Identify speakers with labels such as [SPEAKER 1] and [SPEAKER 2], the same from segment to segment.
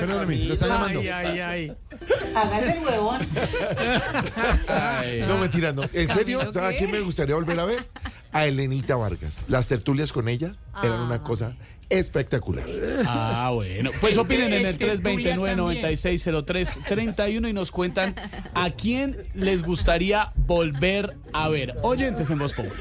[SPEAKER 1] Perdóneme, lo están llamando.
[SPEAKER 2] Hágase el huevón.
[SPEAKER 1] No, mentira, no. En serio,
[SPEAKER 3] Camilo,
[SPEAKER 1] ¿sabes a
[SPEAKER 3] ¿qué?
[SPEAKER 1] quién me gustaría volver a ver? A Elenita Vargas. Las tertulias con ella eran una cosa espectacular.
[SPEAKER 4] Ah, bueno. Pues opinen en el
[SPEAKER 3] Es que Julia
[SPEAKER 4] 329-9603-31 y nos cuentan a quién les gustaría volver a ver. Oyentes en Voz Populi.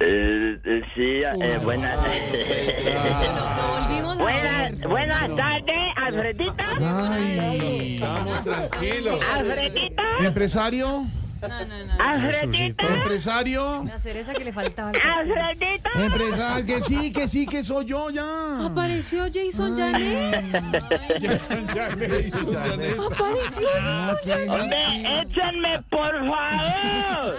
[SPEAKER 5] Eh, eh, sí, eh, buenas.
[SPEAKER 3] Volvimos a
[SPEAKER 5] buenas
[SPEAKER 3] ver.
[SPEAKER 5] buenas tardes, Alfredita.
[SPEAKER 1] Ay, vamos, tranquilo.
[SPEAKER 5] Alfredita,
[SPEAKER 6] Empresario,
[SPEAKER 3] No, no, no.
[SPEAKER 5] Alfredita,
[SPEAKER 6] empresario,
[SPEAKER 3] La cereza que le faltaba.
[SPEAKER 5] Ah. Alfredita.
[SPEAKER 6] empresario, que sí, que sí, que soy yo ya.
[SPEAKER 3] Apareció Jason Janet. Apareció Jason Janet.
[SPEAKER 5] Hombre, échenme, por favor.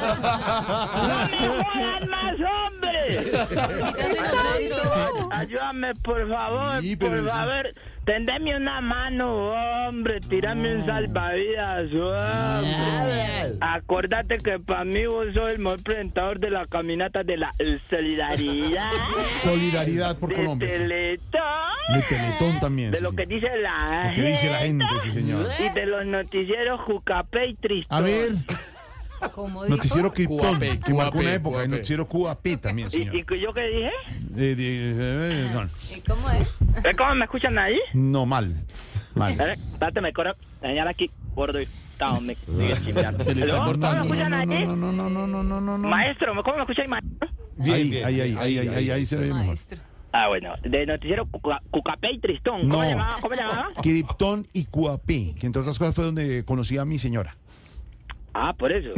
[SPEAKER 5] No me jodan más, hombre.
[SPEAKER 3] Está vivo.
[SPEAKER 5] Ayúdame, por favor,
[SPEAKER 1] Sí, pero
[SPEAKER 5] por
[SPEAKER 1] eso-
[SPEAKER 5] favor. Tendeme una mano, hombre. Tírame un salvavidas, hombre. Acuérdate que para mí vos sos el mejor presentador de la caminata de la eh, solidaridad.
[SPEAKER 6] Solidaridad por
[SPEAKER 5] De
[SPEAKER 6] Colombia. sí.
[SPEAKER 5] Teletón.
[SPEAKER 6] De Teletón también.
[SPEAKER 5] De
[SPEAKER 6] sí,
[SPEAKER 5] lo
[SPEAKER 6] sí.
[SPEAKER 5] que dice la
[SPEAKER 6] Lo que dice la gente, sí, señor.
[SPEAKER 5] Y de los noticieros Jucapé y Tristón.
[SPEAKER 6] A ver,
[SPEAKER 3] Como dijo.
[SPEAKER 6] noticiero Krypton,
[SPEAKER 4] Cuape,
[SPEAKER 6] que marcó
[SPEAKER 4] cuape,
[SPEAKER 6] una época,
[SPEAKER 4] cuape.
[SPEAKER 6] y noticiero Cuape también, señor.
[SPEAKER 5] ¿Y, y yo qué dije?
[SPEAKER 6] Eh, de- eh, eh, no,
[SPEAKER 3] ¿Y ¿Cómo es?
[SPEAKER 5] ¿Ves ¿Cómo me escuchan ahí?
[SPEAKER 6] no, mal, mal.
[SPEAKER 5] Espérate, espérate, me corro. Señal aquí, gordo y tao, me sigue chimbeando.
[SPEAKER 4] Se le está
[SPEAKER 5] ¿Aló? ¿Cómo me
[SPEAKER 4] cortando.
[SPEAKER 5] escuchan
[SPEAKER 6] No,
[SPEAKER 5] allí?
[SPEAKER 6] no, no, no, no, no, no, no, no.
[SPEAKER 5] Maestro, ¿cómo me escuchan, maestro?
[SPEAKER 6] Ahí, ahí, ahí, ahí, ahí, ahí, ahí se ve mejor.
[SPEAKER 3] Maestro.
[SPEAKER 5] Ah, bueno, de noticiero Cuca- Cucapé y Tristón.
[SPEAKER 6] No.
[SPEAKER 5] ¿Cómo llamaba? ¿Cómo llamaba?
[SPEAKER 6] Krypton y Cuape, que entre otras cosas fue donde conocí a mi señora.
[SPEAKER 5] Ah, por eso.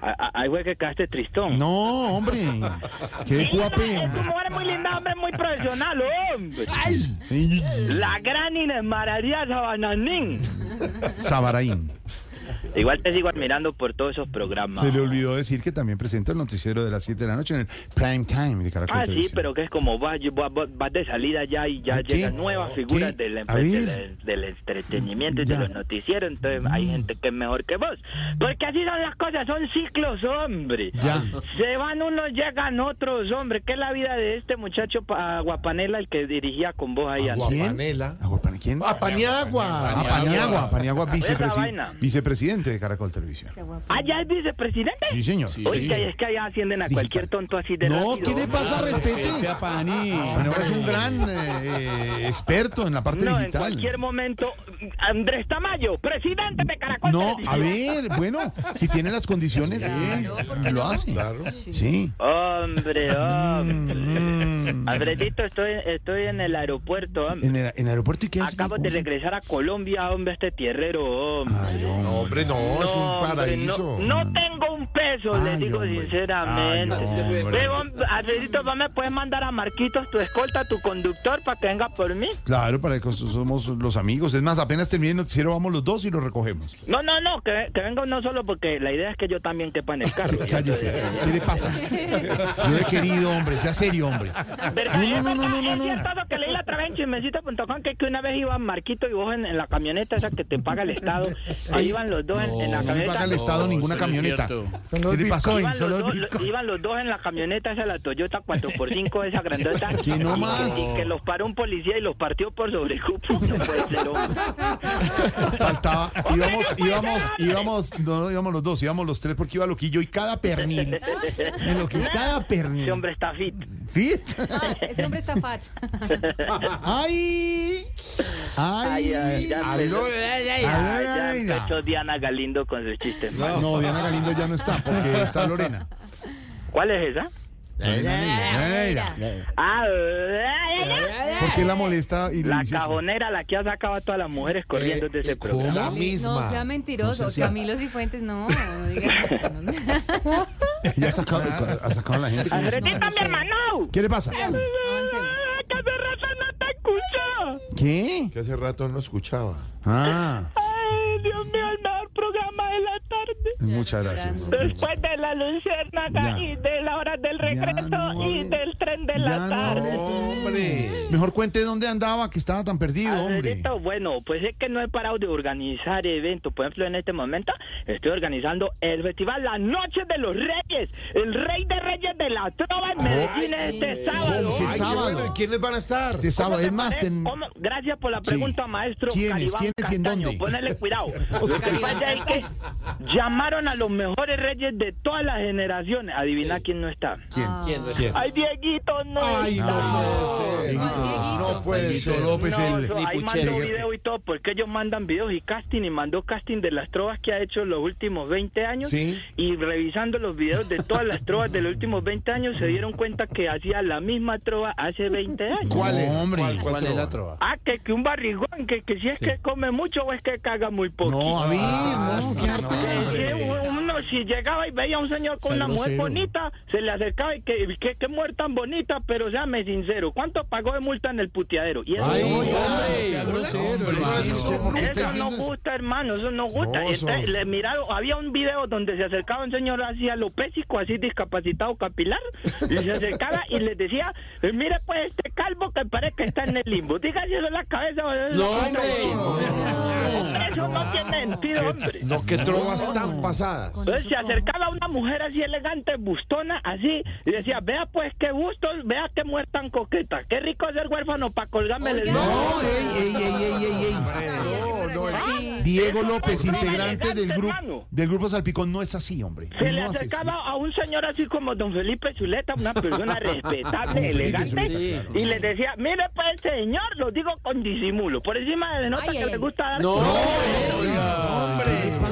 [SPEAKER 5] Ah, ah, Ahí fue que quedaste Tristón.
[SPEAKER 6] No, hombre, qué
[SPEAKER 5] Sí,
[SPEAKER 6] Cuape.
[SPEAKER 5] Es un
[SPEAKER 6] hombre.
[SPEAKER 5] hombre muy lindo, hombre, muy profesional, hombre.
[SPEAKER 6] Sí,
[SPEAKER 5] La gran Inés María Sabananín.
[SPEAKER 6] Sabaraín.
[SPEAKER 5] Igual te sigo admirando por todos esos programas.
[SPEAKER 6] Se le olvidó decir que también presenta el noticiero de las 7 de la noche en el prime time de Caracol
[SPEAKER 5] Ah, sí,
[SPEAKER 6] Televisión.
[SPEAKER 5] pero que es como vas, vas- vas- vas de salida ya y ya
[SPEAKER 6] ¿Y qué?
[SPEAKER 5] llegan nuevas figuras
[SPEAKER 6] ¿Qué?
[SPEAKER 5] del,
[SPEAKER 6] A
[SPEAKER 5] empre-
[SPEAKER 6] ver.
[SPEAKER 5] del- del entretenimiento y
[SPEAKER 6] Ya. Mm.
[SPEAKER 5] de los noticieros, entonces hay gente que es mejor que vos. Porque así son las cosas, son ciclos, hombre.
[SPEAKER 6] Ya.
[SPEAKER 5] Se van unos, llegan otros, hombre. ¿Qué es la vida de este muchacho pa- Guapanela, el que dirigía con vos ahí antes?
[SPEAKER 6] ¿Quién?
[SPEAKER 1] Aguapanela.
[SPEAKER 6] Aguapane- ¿Quién?
[SPEAKER 1] ¡A Paniagua!
[SPEAKER 6] Ah, Paniagua, Paniagua vicepresi-
[SPEAKER 5] vaina.
[SPEAKER 6] vicepresidente de Caracol Televisión.
[SPEAKER 5] ¿Ah, ya es vicepresidente?
[SPEAKER 6] Sí, señor.
[SPEAKER 5] Oye, que- es que allá ascienden a
[SPEAKER 6] Digital.
[SPEAKER 5] cualquier tonto así de
[SPEAKER 6] No,
[SPEAKER 5] rápido,
[SPEAKER 6] ¿qué le
[SPEAKER 5] hombre.
[SPEAKER 6] pasa?
[SPEAKER 4] Este
[SPEAKER 6] Respete.
[SPEAKER 4] a Pani.
[SPEAKER 6] Paniagua es un gran eh, experto en la parte
[SPEAKER 5] No, en
[SPEAKER 6] digital.
[SPEAKER 5] cualquier momento. Andrés Tamayo, presidente de Caracol.
[SPEAKER 6] No, a
[SPEAKER 5] Televisión.
[SPEAKER 6] ver, bueno, si tiene las condiciones, bien, lo hace.
[SPEAKER 1] Claro.
[SPEAKER 6] Sí.
[SPEAKER 5] Hombre, hombre.
[SPEAKER 6] Mm.
[SPEAKER 5] Alfredito, estoy, estoy en el aeropuerto, hombre.
[SPEAKER 6] En el, en el aeropuerto y qué hace.
[SPEAKER 5] Acabo de regresar a Colombia, hombre, a este tierrero, hombre.
[SPEAKER 6] Ay,
[SPEAKER 1] No,
[SPEAKER 6] hombre.
[SPEAKER 1] hombre, no, es un
[SPEAKER 5] hombre,
[SPEAKER 1] paraíso.
[SPEAKER 5] No, no tengo un peso,
[SPEAKER 6] Ay,
[SPEAKER 5] les digo
[SPEAKER 6] hombre.
[SPEAKER 5] sinceramente.
[SPEAKER 6] Ay, hombre.
[SPEAKER 5] Ve, hombre, Alfredito, ¿vos me puedes mandar a Marquitos tu escolta, tu conductor, para que venga por mí?
[SPEAKER 6] Claro, para que somos los amigos. Es más, apenas termine el noticiero, vamos los dos y lo recogemos.
[SPEAKER 5] No, no, no, que, que venga uno solo, porque la idea es que yo también quepa en el carro.
[SPEAKER 6] Cállese. ¿Qué le pasa? Yo he querido, hombre, sea serio, hombre.
[SPEAKER 5] Verga,
[SPEAKER 6] No, no, no, no, no,
[SPEAKER 5] es
[SPEAKER 6] no, no.
[SPEAKER 5] cierto lo que leí la otra vez en chismecito.com que, que una vez iban Marquito y vos en, en la camioneta esa que te paga el Estado. Ahí iban los dos en- en, la
[SPEAKER 6] No, no le
[SPEAKER 5] camioneta.
[SPEAKER 6] paga el Estado
[SPEAKER 4] No,
[SPEAKER 6] ninguna
[SPEAKER 4] eso no es
[SPEAKER 6] camioneta.
[SPEAKER 4] cierto.
[SPEAKER 6] ¿Qué le pasa?
[SPEAKER 5] Iban los, dos, lo- iban los dos en la camioneta esa, la Toyota 4x5, esa grandota.
[SPEAKER 6] Que no
[SPEAKER 5] Y
[SPEAKER 6] más.
[SPEAKER 5] Y que los paró un policía y los partió por sobrecupo. No puede ser, hombre.
[SPEAKER 6] Faltaba, íbamos,
[SPEAKER 5] no puede
[SPEAKER 6] íbamos,
[SPEAKER 5] ser, hombre.
[SPEAKER 6] íbamos, no, no íbamos los dos, íbamos los tres porque iba Loquillo y cada pernil. En lo que cada
[SPEAKER 5] Ese
[SPEAKER 6] pernil.
[SPEAKER 5] hombre está fit.
[SPEAKER 6] ¿Fit?
[SPEAKER 3] Ah, ese hombre está fat.
[SPEAKER 6] ¡Ay!
[SPEAKER 5] Ay,
[SPEAKER 6] ¡Ay!
[SPEAKER 5] ay, ya
[SPEAKER 1] Habló-
[SPEAKER 5] empezó-
[SPEAKER 6] ay,
[SPEAKER 5] ya
[SPEAKER 6] ay.
[SPEAKER 5] empezó Diana Galindo con sus chistes. malos.
[SPEAKER 6] No, Diana Galindo ya no está porque está Lorena.
[SPEAKER 5] ¿Cuál es esa? Ah, ay, ay, ay.
[SPEAKER 6] Porque la molesta y le
[SPEAKER 5] La
[SPEAKER 6] dice eso?
[SPEAKER 5] cajonera, la que ha sacado a todas las mujeres
[SPEAKER 6] Eh,
[SPEAKER 5] corriendo de ese
[SPEAKER 1] ¿cómo?
[SPEAKER 5] programa.
[SPEAKER 1] La misma.
[SPEAKER 3] No sea mentiroso.
[SPEAKER 6] No sea así.
[SPEAKER 3] Camilo Cifuentes, no. no diga eso, no.
[SPEAKER 5] Pues
[SPEAKER 6] Ella ha sacado, ha sacado a la gente.
[SPEAKER 5] ¡Alfredito, mi hermano!
[SPEAKER 6] ¿Qué le pasa?
[SPEAKER 3] Avancemos.
[SPEAKER 5] ¡Que mi raza no te
[SPEAKER 6] ¿Qué?
[SPEAKER 1] que hace rato no escuchaba.
[SPEAKER 6] Ah,
[SPEAKER 5] Ay, Dios mío, el mejor programa de la tarde.
[SPEAKER 6] muchas gracias.
[SPEAKER 5] Después de la luciérnaga
[SPEAKER 6] Ya.
[SPEAKER 5] y de la hora del regreso
[SPEAKER 6] no
[SPEAKER 5] y
[SPEAKER 6] hable.
[SPEAKER 5] del tren de
[SPEAKER 6] Ya
[SPEAKER 5] la
[SPEAKER 6] no
[SPEAKER 5] tarde.
[SPEAKER 6] hable.
[SPEAKER 1] ¡Hombre!
[SPEAKER 6] Mejor cuente dónde andaba, que estaba tan perdido, hombre.
[SPEAKER 5] Alfredito, bueno, pues es que no he parado de organizar eventos. Por ejemplo, en este momento estoy organizando el festival La Noche de los Reyes, el Rey de Reyes de la Trova en
[SPEAKER 6] Ah.
[SPEAKER 5] Medellín este sábado.
[SPEAKER 6] ¿cómo se
[SPEAKER 1] Ay, qué
[SPEAKER 6] sábado.
[SPEAKER 1] bueno, ¿y quiénes van a estar?
[SPEAKER 6] Este
[SPEAKER 5] ¿Cómo
[SPEAKER 6] sábado,
[SPEAKER 5] te
[SPEAKER 6] es más,
[SPEAKER 5] parece?
[SPEAKER 6] ten-
[SPEAKER 5] ¿Cómo? Gracias por la pregunta, maestro.
[SPEAKER 6] ¿Quiénes?
[SPEAKER 5] Caribán
[SPEAKER 6] ¿Quiénes y en
[SPEAKER 5] Castaño.
[SPEAKER 6] dónde?
[SPEAKER 5] Ponele cuidado. Lo que
[SPEAKER 3] Caribán
[SPEAKER 5] pasa es que llamaron a los mejores reyes de todas las generaciones. Adivina quién Ah, no está.
[SPEAKER 4] Ah.
[SPEAKER 7] ¿Quién?
[SPEAKER 5] Ay, Dieguito, no.
[SPEAKER 1] Ay, no, puede ser.
[SPEAKER 6] Dieguito.
[SPEAKER 1] No puede
[SPEAKER 6] Dieguito
[SPEAKER 1] ser.
[SPEAKER 6] López,
[SPEAKER 5] No,
[SPEAKER 6] pues el
[SPEAKER 5] no, ahí
[SPEAKER 7] puchero.
[SPEAKER 5] mandó video y todo, porque ellos mandan videos y casting, y mandó casting de las trovas que ha hecho en los últimos 20 años.
[SPEAKER 1] Sí.
[SPEAKER 5] Y revisando los videos de todas las trovas de los últimos 20 años, se dieron cuenta que hacía la misma trova hace 20 años.
[SPEAKER 1] ¿Cuál
[SPEAKER 6] No,
[SPEAKER 1] es?
[SPEAKER 6] hombre.
[SPEAKER 1] ¿Cuál,
[SPEAKER 7] ¿Cuál es
[SPEAKER 1] trova?
[SPEAKER 7] la trova?
[SPEAKER 5] Ah, que, que un barrigón, que, que si es que come mucho o es que caga muy poco.
[SPEAKER 6] No, a mí, no, qué harta.
[SPEAKER 5] Que si uno si llegaba y veía a un señor con una mujer
[SPEAKER 4] grosero.
[SPEAKER 5] bonita, se le acercaba y que, que, que mujer tan bonita, pero seame sincero, ¿cuánto pagó de multa en el puteadero? Y eso,
[SPEAKER 1] Ay,
[SPEAKER 5] no,
[SPEAKER 1] hombre,
[SPEAKER 5] eso no gusta, hermano, eso no gusta.
[SPEAKER 1] No,
[SPEAKER 5] Este,
[SPEAKER 1] eso-
[SPEAKER 5] le miraron, había un video donde se acercaba un señor así a lo pésico, así discapacitado capilar, y se acercaba y les decía, eh, mire pues este calvo que parece que está en el limbo, diga si eso es la cabeza o eso es la
[SPEAKER 7] No,
[SPEAKER 5] cabeza".
[SPEAKER 7] hombre.
[SPEAKER 5] Eso no tiene sentido, hombre.
[SPEAKER 1] No, qué trovas tan pasadas.
[SPEAKER 5] Entonces se acercaba una mujer así elegante, bustona, así, y decía, vea pues qué gusto, vea qué mujer tan coqueta, qué rico ser huérfano para colgarme el
[SPEAKER 3] Oiga.
[SPEAKER 6] No, ey, ey, ey, ey, ey, ey. Diego López, integrante del grupo del grupo Salpicón, no es así, hombre.
[SPEAKER 5] Se
[SPEAKER 6] Él
[SPEAKER 5] le
[SPEAKER 6] no hace eso.
[SPEAKER 5] acercaba a un señor así como don Felipe Zuleta, una persona respetable, elegante, y le decía, mire pues señor, lo digo con disimulo, por encima de nota
[SPEAKER 3] Ay,
[SPEAKER 5] que
[SPEAKER 3] ay,
[SPEAKER 5] le
[SPEAKER 3] ay.
[SPEAKER 5] gusta dar
[SPEAKER 7] No,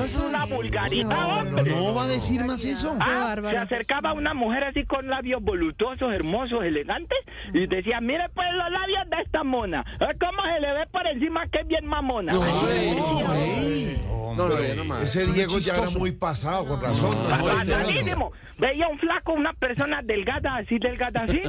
[SPEAKER 5] es una vulgaridad, hombre.
[SPEAKER 6] No va a decir más eso.
[SPEAKER 5] Ah,
[SPEAKER 3] bárbaro.
[SPEAKER 5] se acercaba una mujer así con labios voluptuosos, hermosos, elegantes, y decía, mire pues los labios de esta mona, eh, cómo se le ve por encima que es bien mamona.
[SPEAKER 7] No,
[SPEAKER 5] Ay,
[SPEAKER 7] hombre.
[SPEAKER 5] Dios.
[SPEAKER 6] Ey,
[SPEAKER 7] No, no, ya no más.
[SPEAKER 1] Ese Diego ya era
[SPEAKER 6] Chistoso.
[SPEAKER 1] muy pasado, con razón.
[SPEAKER 7] Ah,
[SPEAKER 1] no
[SPEAKER 5] Hasta
[SPEAKER 7] este
[SPEAKER 1] estaba esperando.
[SPEAKER 5] Pasadísimo. Veía un flaco, una persona delgada, así delgada, así,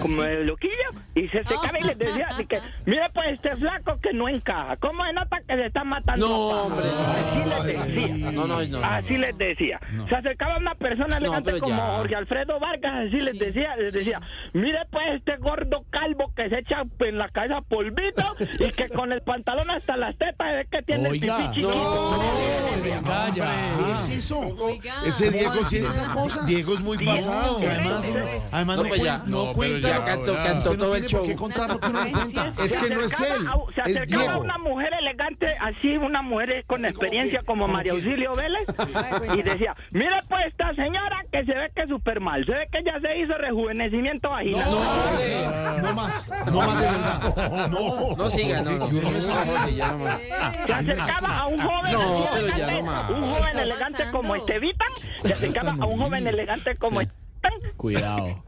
[SPEAKER 5] como el loquillo, y
[SPEAKER 7] Ah.
[SPEAKER 5] se secaba y le decía, así que, mire pues este flaco que no encaja, cómo se nota que se está matando.
[SPEAKER 7] No,
[SPEAKER 5] a paja?"
[SPEAKER 7] hombre.
[SPEAKER 5] Así les decía.
[SPEAKER 7] No, no, no.
[SPEAKER 5] Así les decía. Se acercaba una persona
[SPEAKER 7] No,
[SPEAKER 5] elegante
[SPEAKER 7] pero
[SPEAKER 5] como
[SPEAKER 7] ya.
[SPEAKER 5] Jorge Alfredo Vargas, así les decía, les decía, mire pues este gordo calvo que se echa en la cabeza polvito y que con el pantalón hasta las tetas es que tiene
[SPEAKER 4] Oiga.
[SPEAKER 5] el pipí chiquito.
[SPEAKER 4] Venga, ya.
[SPEAKER 6] ¿Qué es eso?
[SPEAKER 3] Oiga.
[SPEAKER 1] Ese
[SPEAKER 6] ¿Cómo va a
[SPEAKER 1] Diego
[SPEAKER 6] decir
[SPEAKER 1] sí-
[SPEAKER 6] esa cosa?
[SPEAKER 1] Diego es muy
[SPEAKER 5] Diego.
[SPEAKER 6] Pasado.
[SPEAKER 3] Correcto,
[SPEAKER 6] Además, no,
[SPEAKER 3] pues.
[SPEAKER 6] además
[SPEAKER 7] No,
[SPEAKER 6] no,
[SPEAKER 7] pues ya.
[SPEAKER 6] cuen- no
[SPEAKER 4] No, pero
[SPEAKER 6] cuenta.
[SPEAKER 4] ya
[SPEAKER 6] lo-
[SPEAKER 7] canto,
[SPEAKER 6] usted
[SPEAKER 7] canto
[SPEAKER 6] no
[SPEAKER 7] todo el
[SPEAKER 6] tiene por qué
[SPEAKER 7] show.
[SPEAKER 6] contar lo que uno no
[SPEAKER 3] Referencias.
[SPEAKER 6] cuenta.
[SPEAKER 1] Es
[SPEAKER 5] Se
[SPEAKER 1] que no es
[SPEAKER 5] acercaba
[SPEAKER 1] él,
[SPEAKER 5] a- se
[SPEAKER 1] es
[SPEAKER 5] acercaba
[SPEAKER 1] Diego.
[SPEAKER 5] una mujer elegante, así una mujer con
[SPEAKER 6] Así como
[SPEAKER 5] experiencia
[SPEAKER 6] que-
[SPEAKER 5] como,
[SPEAKER 6] como
[SPEAKER 5] María
[SPEAKER 6] que-
[SPEAKER 5] Auxilio Vélez
[SPEAKER 3] Ay,
[SPEAKER 5] y decía, mire pues esta señora que se ve que es súper mal, se ve que ya se hizo rejuvenecimiento vaginal.
[SPEAKER 4] Ah,
[SPEAKER 6] No más, no más de verdad. No,
[SPEAKER 7] No siga, no, no. Ya no más.
[SPEAKER 5] Se acercaba a un joven
[SPEAKER 7] No,
[SPEAKER 5] así
[SPEAKER 7] pero ya
[SPEAKER 5] elegante,
[SPEAKER 7] no más.
[SPEAKER 5] un joven
[SPEAKER 3] Está
[SPEAKER 5] elegante
[SPEAKER 3] pasando.
[SPEAKER 5] como Estevita, se acercaba a un joven elegante como Estevita.
[SPEAKER 4] Cuidado.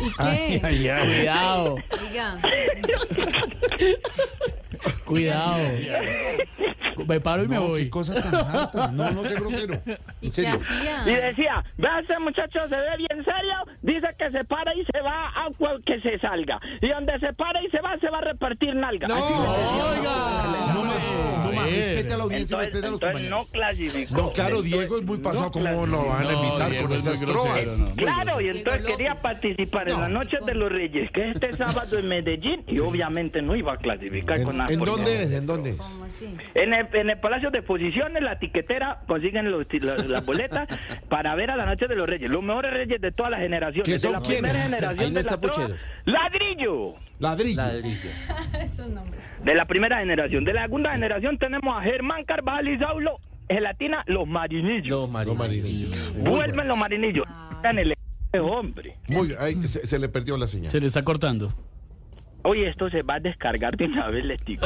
[SPEAKER 3] ¿Y qué?
[SPEAKER 4] Cuidado.
[SPEAKER 3] Oiga.
[SPEAKER 4] Cuidado. Me paro y me
[SPEAKER 6] no,
[SPEAKER 4] voy.
[SPEAKER 6] qué cosa tan alta. No, no, qué grosero.
[SPEAKER 3] ¿Y
[SPEAKER 6] En
[SPEAKER 3] qué
[SPEAKER 6] serio.
[SPEAKER 3] hacía?
[SPEAKER 5] Y decía, vea ese muchacho se ve bien serio, dice que se para y se va a cual- que se salga. Y donde se para y se va, se va a repartir nalga. Así le decía.
[SPEAKER 6] Oiga, no más, no más.
[SPEAKER 4] A ver.
[SPEAKER 6] Respete a la audiencia, respete a los
[SPEAKER 5] Entonces,
[SPEAKER 6] compañeros.
[SPEAKER 5] no clasificó.
[SPEAKER 1] No, claro,
[SPEAKER 5] Entonces,
[SPEAKER 1] Diego es muy pasado.
[SPEAKER 5] no
[SPEAKER 1] ¿Cómo
[SPEAKER 5] clasificó.
[SPEAKER 1] lo van a invitar con
[SPEAKER 4] Diego pues es muy
[SPEAKER 1] esas
[SPEAKER 4] grosero,
[SPEAKER 1] trovas?
[SPEAKER 4] no.
[SPEAKER 5] Claro, y entonces
[SPEAKER 3] Diego
[SPEAKER 5] quería
[SPEAKER 3] López.
[SPEAKER 5] participar en
[SPEAKER 3] No.
[SPEAKER 5] la noche de los Reyes, que es este sábado en Medellín, y obviamente no iba a clasificar con
[SPEAKER 1] ¿En,
[SPEAKER 5] nada.
[SPEAKER 1] en
[SPEAKER 5] por
[SPEAKER 1] dónde
[SPEAKER 5] nada.
[SPEAKER 1] es? ¿En dónde es?
[SPEAKER 3] ¿Cómo así?
[SPEAKER 5] En el, en el Palacio de Exposiciones, la tiquetera, consiguen los, ti- las, las boletas para ver a la noche de los Reyes, los mejores Reyes de todas las generaciones.
[SPEAKER 1] ¿Qué son
[SPEAKER 5] de la primera
[SPEAKER 1] quiénes?
[SPEAKER 5] generación
[SPEAKER 7] Ahí no
[SPEAKER 5] de
[SPEAKER 7] está
[SPEAKER 5] la trova,
[SPEAKER 7] Pucheros.
[SPEAKER 5] ¡Ladrillo!
[SPEAKER 1] Ladrillo.
[SPEAKER 7] Ladrillo.
[SPEAKER 5] De la primera generación. De la segunda generación tenemos a Germán Carvajal y Saulo, Gelatina, Los Marinillos.
[SPEAKER 7] No, María.
[SPEAKER 1] Los marinillos. Muy
[SPEAKER 5] Vuelven los marinillos. Tan el hombre.
[SPEAKER 1] bueno. Muy- ay, se, se le perdió la señal.
[SPEAKER 4] Se le está cortando.
[SPEAKER 5] Oye, esto se va a descargar de una vez, les digo.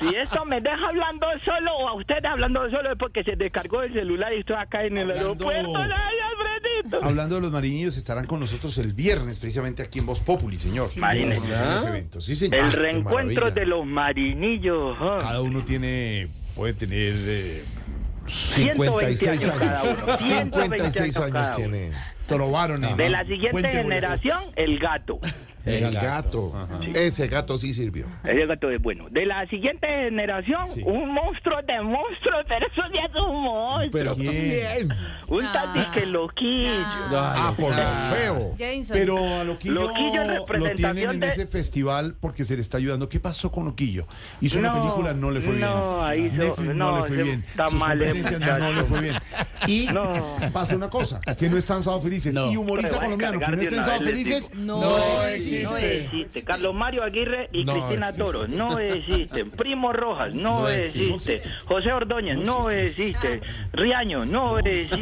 [SPEAKER 5] si esto me deja hablando solo o a ustedes hablando solo es porque se descargó el celular y estoy acá en el
[SPEAKER 6] Hablando. Ah,
[SPEAKER 5] aeropuerto. ¡Ay, Alfredito!
[SPEAKER 6] Hablando de los marinillos, estarán con nosotros el viernes, precisamente aquí en Voz Populi, señor.
[SPEAKER 5] Imagínese.
[SPEAKER 6] Con los eventos. Sí, señor.
[SPEAKER 5] El
[SPEAKER 6] Ah, qué
[SPEAKER 5] reencuentro
[SPEAKER 6] maravilla.
[SPEAKER 5] de los marinillos. ¿eh?
[SPEAKER 6] Cada uno tiene, puede tener eh,
[SPEAKER 5] 120 años cada uno.
[SPEAKER 1] 56
[SPEAKER 5] 120
[SPEAKER 1] años
[SPEAKER 5] cada uno.
[SPEAKER 1] tiene.
[SPEAKER 6] trovaron.
[SPEAKER 5] De la siguiente generación, el gato.
[SPEAKER 1] El gato. Ese gato sí sirvió.
[SPEAKER 5] Ese gato es bueno. De la siguiente generación, un monstruo de monstruos, pero eso ya es un monstruo.
[SPEAKER 1] Pero ¿quién?
[SPEAKER 5] Un tati que loquillo.
[SPEAKER 1] Ah, por lo feo.
[SPEAKER 3] Jason.
[SPEAKER 6] Pero a Loquillo,
[SPEAKER 5] Loquillo en
[SPEAKER 6] lo
[SPEAKER 5] representación
[SPEAKER 6] tienen en
[SPEAKER 5] de-
[SPEAKER 6] ese festival porque se le está ayudando. ¿Qué pasó con Loquillo? Hizo una
[SPEAKER 5] No,
[SPEAKER 6] película, no le fue
[SPEAKER 5] no, ahí
[SPEAKER 6] bien.
[SPEAKER 5] hizo-
[SPEAKER 6] Netflix no,
[SPEAKER 5] no,
[SPEAKER 6] le fue
[SPEAKER 5] se-
[SPEAKER 6] bien.
[SPEAKER 5] está
[SPEAKER 6] Sus
[SPEAKER 5] mal el
[SPEAKER 6] competencias no
[SPEAKER 5] muchacho.
[SPEAKER 6] le fue bien. Y
[SPEAKER 5] No.
[SPEAKER 6] pasa una cosa, que no están sábado felices.
[SPEAKER 4] No.
[SPEAKER 6] Y humorista
[SPEAKER 5] Pero va a
[SPEAKER 6] colombiano, que
[SPEAKER 5] cargar
[SPEAKER 6] no
[SPEAKER 5] de
[SPEAKER 6] están
[SPEAKER 5] una
[SPEAKER 6] sábado
[SPEAKER 5] vez, les
[SPEAKER 6] felices,
[SPEAKER 3] digo.
[SPEAKER 6] no
[SPEAKER 3] No
[SPEAKER 6] existe.
[SPEAKER 5] No existe. Carlos Mario Aguirre y
[SPEAKER 1] No
[SPEAKER 5] Cristina
[SPEAKER 1] existe.
[SPEAKER 5] Toro no existen. Primo Rojas no, existe. José Ordóñez no existe. Riaño no existe.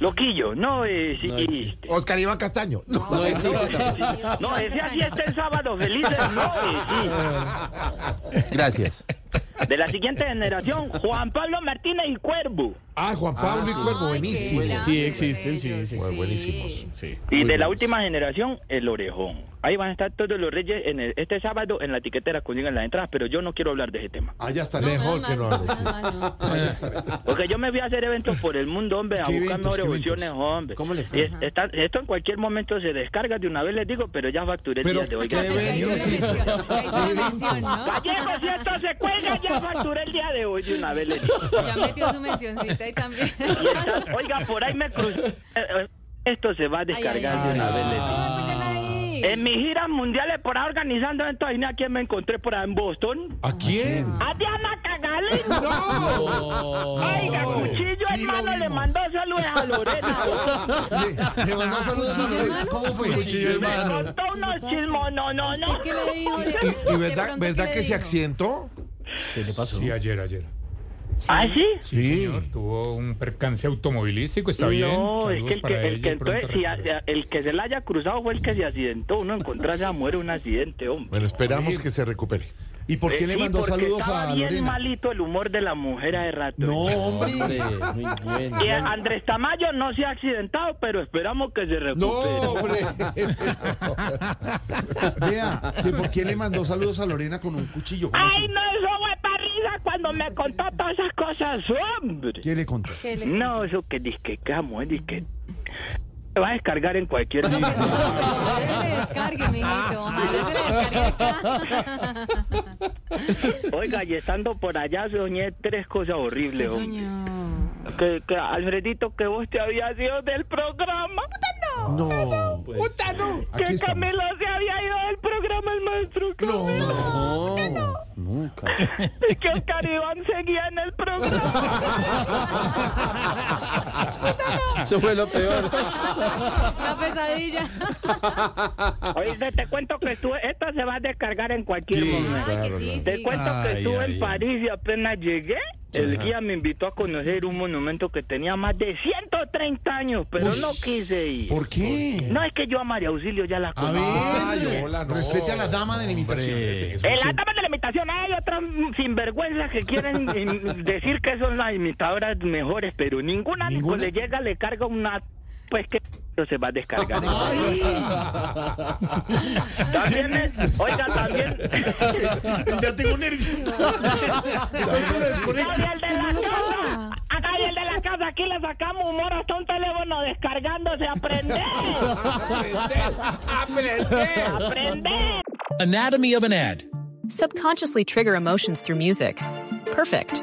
[SPEAKER 5] Loquillo no existe.
[SPEAKER 1] Oscar Iván Castaño. No,
[SPEAKER 5] No, ese así está el sábado felices no
[SPEAKER 7] Gracias.
[SPEAKER 5] existe. De la siguiente generación, Juan Pablo Martínez y Cuervo.
[SPEAKER 1] Ah, Juan Pablo y Cuervo, buenísimo.
[SPEAKER 4] Sí, existen, sí, sí,
[SPEAKER 1] Bueno, buenísimos.
[SPEAKER 4] sí.
[SPEAKER 5] Y de la última generación, el orejón. Ahí van a estar todos los reyes en el- este sábado en la tiquetera, consigan las entradas, pero yo no quiero hablar de ese tema.
[SPEAKER 6] Allá está
[SPEAKER 1] Mejor que no hables.
[SPEAKER 3] Ah,
[SPEAKER 6] Allá está.
[SPEAKER 5] Porque yo me voy a hacer eventos por el mundo, hombre, a
[SPEAKER 6] ¿Qué
[SPEAKER 5] buscar
[SPEAKER 6] eventos,
[SPEAKER 5] mejores
[SPEAKER 6] qué
[SPEAKER 5] opciones, hombre.
[SPEAKER 7] ¿Cómo le fue?
[SPEAKER 5] Y es- está- esto en cualquier momento se descarga de una vez, les digo, pero ya facturé el
[SPEAKER 1] Pero,
[SPEAKER 5] día de hoy.
[SPEAKER 1] ¿qué
[SPEAKER 5] gracias.
[SPEAKER 3] Ahí hizo la mención, ahí hizo la mención, ¿no?
[SPEAKER 5] Gallego, si esto se cuelga, ya facturé el día de hoy de una vez, les digo.
[SPEAKER 3] Ya metió su mencioncita ahí también.
[SPEAKER 5] Y está- oiga, por ahí me crucé. eh, eh, Esto se va a descargar
[SPEAKER 3] Ay, pues ay,
[SPEAKER 5] de una vez, les digo.
[SPEAKER 3] Ahí.
[SPEAKER 5] En mis giras mundiales por ahí organizando eventos, ahí ¿a quién me encontré por ahí en Boston?
[SPEAKER 1] ¿A quién?
[SPEAKER 5] ¡A Diana Cagalindo! Oiga, Cuchillo,
[SPEAKER 6] Sí, lo
[SPEAKER 5] hermano, le
[SPEAKER 6] vimos.
[SPEAKER 5] mandó saludos a Lorena.
[SPEAKER 6] Le, le mandó saludos a Lorena. ¿Cómo fue?
[SPEAKER 5] Me contó unos chismos, no, no, no.
[SPEAKER 3] ¿Qué le dijo? De-
[SPEAKER 1] ¿Y, y
[SPEAKER 3] de
[SPEAKER 1] verdad,
[SPEAKER 3] pronto,
[SPEAKER 1] verdad
[SPEAKER 3] ¿qué
[SPEAKER 1] que
[SPEAKER 3] le
[SPEAKER 1] se
[SPEAKER 3] dijo?
[SPEAKER 1] accidentó?
[SPEAKER 4] ¿Qué le pasó?
[SPEAKER 8] Sí, ayer, ayer.
[SPEAKER 5] ¿Ah, sí?
[SPEAKER 8] Sí, señor, tuvo un percance automovilístico, está bien.
[SPEAKER 5] No, es que el
[SPEAKER 8] saludos para
[SPEAKER 5] que, el
[SPEAKER 8] ella
[SPEAKER 5] que,
[SPEAKER 8] y pronto
[SPEAKER 5] entonces, si a-
[SPEAKER 8] recuperación.
[SPEAKER 5] el que se la haya cruzado fue el que se accidentó. Uno encontrarse a muere un accidente, hombre.
[SPEAKER 1] Bueno, esperamos
[SPEAKER 6] Sí.
[SPEAKER 1] que se recupere.
[SPEAKER 6] ¿Y por qué
[SPEAKER 5] Eh,
[SPEAKER 6] le
[SPEAKER 5] sí,
[SPEAKER 6] mandó
[SPEAKER 5] porque
[SPEAKER 6] saludos
[SPEAKER 5] estaba
[SPEAKER 6] a
[SPEAKER 5] bien
[SPEAKER 6] Lorena?
[SPEAKER 5] malito el humor de la mujer de rato.
[SPEAKER 6] No, hombre.
[SPEAKER 7] Muy bueno.
[SPEAKER 5] Y a- Andrés Tamayo no se ha accidentado, pero esperamos que se recupere.
[SPEAKER 1] No, hombre.
[SPEAKER 6] Vea, que ¿por qué le mandó saludos a Lorena con un cuchillo? ¿Cómo
[SPEAKER 5] Ay,
[SPEAKER 6] fue?
[SPEAKER 5] no, eso fue para risa cuando me contó todas esas cosas, hombre.
[SPEAKER 6] ¿Qué le contó?
[SPEAKER 3] ¿Qué le-
[SPEAKER 5] No, eso que disque, que amo, eh, disque. Se va a descargar en cualquier
[SPEAKER 3] No,
[SPEAKER 5] momento.
[SPEAKER 3] pero ojalá se le descargue, mijito. Ojalá se le descargue acá.
[SPEAKER 5] Oiga, y estando por allá soñé tres cosas horribles, hombre.
[SPEAKER 3] Coño.
[SPEAKER 5] que, que Alfredito, que vos te habías ido del programa.
[SPEAKER 6] No.
[SPEAKER 5] Puta, no.
[SPEAKER 6] Aquí
[SPEAKER 5] Que
[SPEAKER 6] estamos.
[SPEAKER 5] Camilo se había ido del programa el maestro Camilo.
[SPEAKER 7] No, nunca.
[SPEAKER 5] Y que Oscar Iván seguía en el programa.
[SPEAKER 7] Eso fue lo peor.
[SPEAKER 3] Una pesadilla.
[SPEAKER 5] Oíste, te cuento que estuve. Esto se va a descargar en cualquier
[SPEAKER 1] Sí,
[SPEAKER 5] momento.
[SPEAKER 3] Ay,
[SPEAKER 1] claro,
[SPEAKER 3] que sí,
[SPEAKER 1] claro.
[SPEAKER 5] Te
[SPEAKER 3] sí.
[SPEAKER 5] cuento que
[SPEAKER 4] Ay,
[SPEAKER 5] estuve
[SPEAKER 4] ay,
[SPEAKER 5] en
[SPEAKER 4] ay.
[SPEAKER 5] París y apenas llegué. El guía me invitó a conocer un monumento que tenía más de 130 años, pero
[SPEAKER 6] Uy.
[SPEAKER 5] no quise ir.
[SPEAKER 6] ¿Por qué?
[SPEAKER 5] No es que yo a María Auxilio ya la
[SPEAKER 6] A
[SPEAKER 5] conozco.
[SPEAKER 6] ver,
[SPEAKER 1] Ay, hola, no.
[SPEAKER 6] respete a la dama de la imitación.
[SPEAKER 5] El dama Eh, de la imitación, hay otras mm, sinvergüenzas que quieren mm, decir que son las imitadoras mejores, pero ninguna, ni
[SPEAKER 6] Ninguna.
[SPEAKER 5] le llega, le carga una, pues que se va a descargar. También, eh, oiga, también,
[SPEAKER 6] ya tengo nervios. Entonces lo desconecto.
[SPEAKER 5] Gabriel de la casa, a Gabriel de la casa, aquí le sacamos humor hasta un teléfono descargándose, aprender, aprender.
[SPEAKER 9] Anatomy of an ad.
[SPEAKER 10] Subconsciously trigger emotions through music. Perfect.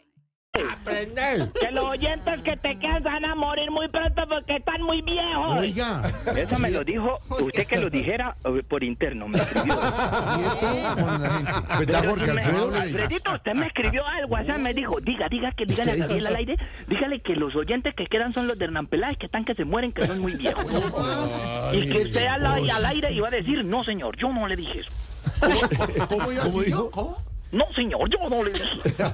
[SPEAKER 5] Que los oyentes que te quedan se van a morir muy pronto porque están muy viejos.
[SPEAKER 6] Oiga,
[SPEAKER 5] Eso me lo dijo usted que lo dijera eh, por interno. Me escribió.
[SPEAKER 6] Pues
[SPEAKER 1] ¿Verdad,
[SPEAKER 6] quieto con la gente.
[SPEAKER 1] Pues Jorge
[SPEAKER 5] Me-
[SPEAKER 1] Alfredo?
[SPEAKER 5] Alfredito, usted me escribió al WhatsApp, me dijo, diga, diga que dígale a Gabriel al aire, dígale que los oyentes que quedan son los de Hernán Peláez, que están que se mueren, que son muy viejos. y que usted al, al aire iba a decir, no señor, yo no le dije eso.
[SPEAKER 6] ¿Cómo iba a decir yo? ¿Cómo?
[SPEAKER 5] No señor, yo no le dije.
[SPEAKER 7] Yo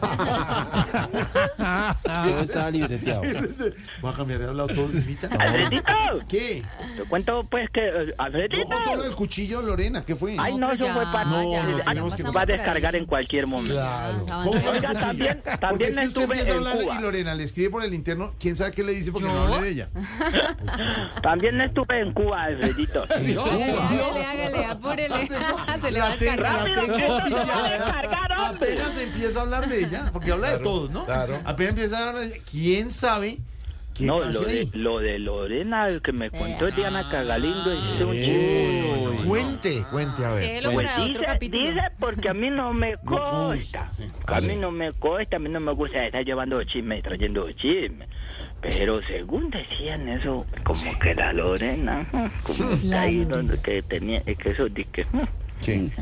[SPEAKER 7] estaba libreteado.
[SPEAKER 1] Voy a cambiar de hablado todo, Limita.
[SPEAKER 5] ¡Alfredito!
[SPEAKER 6] ¿Qué?
[SPEAKER 5] Te cuento, pues, que... eh,
[SPEAKER 6] ¿No
[SPEAKER 5] ¡Alfredito!
[SPEAKER 6] contó lo del cuchillo, Lorena? ¿Qué fue?
[SPEAKER 5] Ay, no,
[SPEAKER 3] No,
[SPEAKER 5] eso
[SPEAKER 3] ya,
[SPEAKER 5] fue para...
[SPEAKER 3] No,
[SPEAKER 6] no,
[SPEAKER 5] Ay,
[SPEAKER 6] tenemos que-
[SPEAKER 5] va a descargar en cualquier momento.
[SPEAKER 6] Claro.
[SPEAKER 3] Ah,
[SPEAKER 6] ¿Cómo fue el
[SPEAKER 5] Oiga,
[SPEAKER 6] cuchillo?
[SPEAKER 5] también- también
[SPEAKER 6] Porque es que usted
[SPEAKER 5] estuve
[SPEAKER 6] empieza a
[SPEAKER 5] en
[SPEAKER 6] hablarle
[SPEAKER 5] Cuba.
[SPEAKER 6] y Lorena le escribe por el interno. ¿Quién sabe qué le dice? Porque no,
[SPEAKER 3] ¿Yo?
[SPEAKER 6] hable de ella.
[SPEAKER 5] También estuve en Cuba, Alfredito.
[SPEAKER 3] Hágale, hágale, hágale, apúrele. Se le va a
[SPEAKER 6] La tengo,
[SPEAKER 3] descargar.
[SPEAKER 5] Rápido,
[SPEAKER 6] la tengo
[SPEAKER 5] que esto se va a
[SPEAKER 6] pillada.
[SPEAKER 5] descargar, hombre.
[SPEAKER 6] Apenas empieza a hablar de ella, porque habla de
[SPEAKER 1] Claro,
[SPEAKER 6] todos, ¿no?
[SPEAKER 1] claro.
[SPEAKER 6] Apenas empieza a hablar de ella. ¿Quién sabe qué
[SPEAKER 5] No,
[SPEAKER 6] pasa
[SPEAKER 5] lo de,
[SPEAKER 6] ahí?
[SPEAKER 5] lo de Lorena, el que me contó
[SPEAKER 3] Ah.
[SPEAKER 5] Diana Cagalindo, es un
[SPEAKER 7] Uy.
[SPEAKER 5] chisme.
[SPEAKER 1] Cuente, cuente, a ver.
[SPEAKER 3] Déjelo para
[SPEAKER 5] Pues dice,
[SPEAKER 3] otro capítulo.
[SPEAKER 5] dice porque a mí no me consta. A mí no me consta, a mí no me gusta estar llevando chisme y trayendo chisme. Pero según decían eso, como que la Lorena, ¿eh? como que ahí donde que tenía, eh, que eso dije,
[SPEAKER 1] ¿Quién?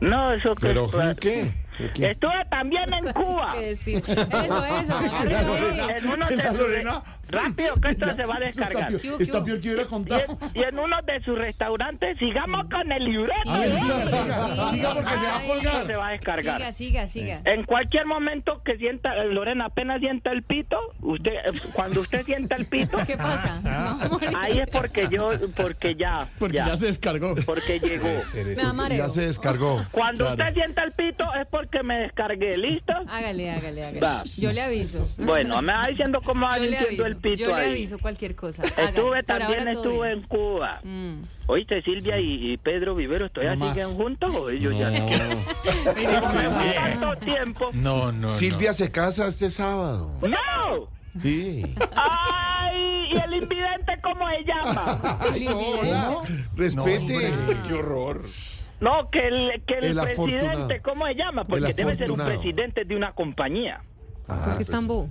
[SPEAKER 5] no, eso que
[SPEAKER 1] ¿Pero qué?
[SPEAKER 5] estuve también en Cuba.
[SPEAKER 3] ¿Qué decir? Eso, eso. agárrelo ahí.
[SPEAKER 5] En uno
[SPEAKER 6] La
[SPEAKER 5] de sus-
[SPEAKER 6] Lorena.
[SPEAKER 5] Rápido, que esto se va a
[SPEAKER 6] Eso Está
[SPEAKER 5] descargar.
[SPEAKER 6] peor,
[SPEAKER 3] ¿Qué hubo, qué
[SPEAKER 6] está
[SPEAKER 3] hubo?
[SPEAKER 6] peor que hubiera
[SPEAKER 5] Y
[SPEAKER 6] contado.
[SPEAKER 5] en, y en uno de sus restaurantes, sigamos con el libreto.
[SPEAKER 3] A ver,
[SPEAKER 5] ¿no?
[SPEAKER 3] siga,
[SPEAKER 6] siga, siga, porque se va a
[SPEAKER 3] Ay,
[SPEAKER 5] Esto se va a descargar.
[SPEAKER 3] Siga, siga, siga.
[SPEAKER 5] En cualquier momento que sienta, eh, Lorena, apenas sienta el pito, usted, eh, cuando usted sienta el pito,
[SPEAKER 3] ¿Qué pasa? Vamos a morir.
[SPEAKER 5] ahí es porque yo, porque ya,
[SPEAKER 4] Porque ya,
[SPEAKER 5] ya,
[SPEAKER 4] se descargó.
[SPEAKER 5] porque llegó.
[SPEAKER 3] Me amareo.
[SPEAKER 1] Ya se descargó.
[SPEAKER 5] Cuando
[SPEAKER 4] Claro.
[SPEAKER 5] usted sienta el pito es porque me descargué, ¿listo?
[SPEAKER 3] Hágale, hágale,
[SPEAKER 5] Va.
[SPEAKER 3] hágale. Yo le aviso.
[SPEAKER 5] Bueno, me va diciendo cómo va
[SPEAKER 3] Yo le
[SPEAKER 5] sintiendo
[SPEAKER 3] aviso.
[SPEAKER 5] el pito
[SPEAKER 3] Yo le
[SPEAKER 5] ahí.
[SPEAKER 3] aviso cualquier cosa.
[SPEAKER 5] Estuve
[SPEAKER 3] Hágale. Por
[SPEAKER 5] también,
[SPEAKER 3] ahora todo
[SPEAKER 5] estuve
[SPEAKER 3] bien.
[SPEAKER 5] en Cuba.
[SPEAKER 3] Mm.
[SPEAKER 5] Oíste, Silvia y, y Pedro Vivero, ¿todavía
[SPEAKER 6] No más.
[SPEAKER 5] siguen juntos o ellos ya no?
[SPEAKER 3] Mire,
[SPEAKER 5] Como me fue tanto tiempo?
[SPEAKER 9] No, no.
[SPEAKER 1] Silvia se casa este sábado.
[SPEAKER 5] ¡No!
[SPEAKER 1] Sí.
[SPEAKER 5] ¡Ay! ¿Y el invidente cómo se llama?
[SPEAKER 3] el
[SPEAKER 6] Hola, respete.
[SPEAKER 7] Qué horror.
[SPEAKER 5] No, que el, que el,
[SPEAKER 1] El afortunado.
[SPEAKER 5] presidente, ¿cómo se llama? Porque
[SPEAKER 1] El
[SPEAKER 5] debe ser un
[SPEAKER 1] afortunado.
[SPEAKER 5] presidente de una compañía.
[SPEAKER 3] Porque es tan bobo.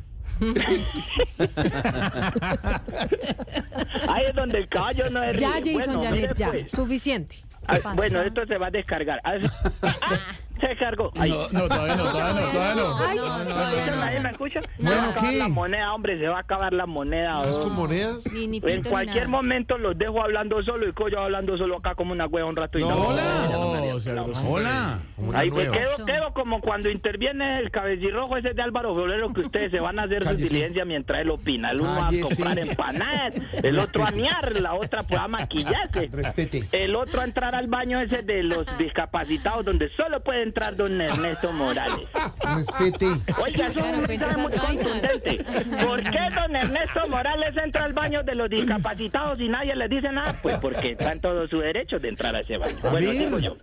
[SPEAKER 5] Ahí es donde el caballo no es
[SPEAKER 3] Ya,
[SPEAKER 5] ríe.
[SPEAKER 3] Jason
[SPEAKER 5] Bueno, mire,
[SPEAKER 3] Janet, ya.
[SPEAKER 5] pues.
[SPEAKER 3] Suficiente.
[SPEAKER 5] Ah,
[SPEAKER 3] Pasa.
[SPEAKER 5] bueno, esto se va a descargar. Ah, se descargó. Ahí.
[SPEAKER 4] No, no, todavía no, todavía no, todavía no.
[SPEAKER 3] Ay, todavía no.
[SPEAKER 5] ¿Nadie me
[SPEAKER 3] son-
[SPEAKER 5] escucha?
[SPEAKER 3] No.
[SPEAKER 5] Se va a acabar
[SPEAKER 6] ¿qué?
[SPEAKER 5] la moneda, hombre, se va a acabar la moneda.
[SPEAKER 1] ¿Es
[SPEAKER 5] oh.
[SPEAKER 1] con monedas?
[SPEAKER 3] Ni, ni
[SPEAKER 5] Pues En
[SPEAKER 3] pinto
[SPEAKER 5] cualquier
[SPEAKER 3] ni nada.
[SPEAKER 5] momento los dejo hablando solo y coyo hablando solo acá como una hueva un rato y
[SPEAKER 6] No,
[SPEAKER 5] no.
[SPEAKER 6] hola.
[SPEAKER 4] No, sea grosero.
[SPEAKER 6] Hola.
[SPEAKER 1] Como una
[SPEAKER 5] Ahí pues
[SPEAKER 1] nueva.
[SPEAKER 5] quedo, quedo como cuando interviene el cabecirrojo ese de Álvaro Bolero que ustedes se van a hacer su
[SPEAKER 6] Cállese.
[SPEAKER 5] diligencia mientras él opina. El uno
[SPEAKER 6] Cállese.
[SPEAKER 5] a comprar empanadas, el otro a miar, la otra pues a maquillarse.
[SPEAKER 6] Respete.
[SPEAKER 5] El otro a entrar al baño ese de los discapacitados donde solo puede entrar don Ernesto Morales.
[SPEAKER 6] Respete.
[SPEAKER 5] Oiga, eso es un
[SPEAKER 3] Claro, vete
[SPEAKER 5] mensaje muy
[SPEAKER 3] esas vainas.
[SPEAKER 5] contundente. ¿Por qué don Ernesto Morales entra al baño de los discapacitados y nadie le dice nada? Pues porque están todos sus derechos de entrar a ese baño. Bueno,
[SPEAKER 6] ver.
[SPEAKER 5] digo yo.